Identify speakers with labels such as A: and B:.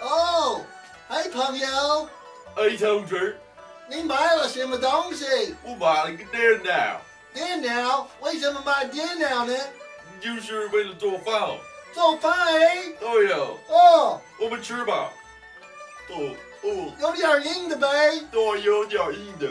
A: 哦朋友，
B: Hey, Tozer.
A: 你买了什么东西
B: We might like there now.
A: ？dinner？为什么买 dinner 呢？
B: You sure way to do a foul.
A: 做饭诶
B: Oh, yo.
A: 哦，
B: 我们吃吧。哦哦，
A: 有点硬的呗。
B: 对，有点硬的。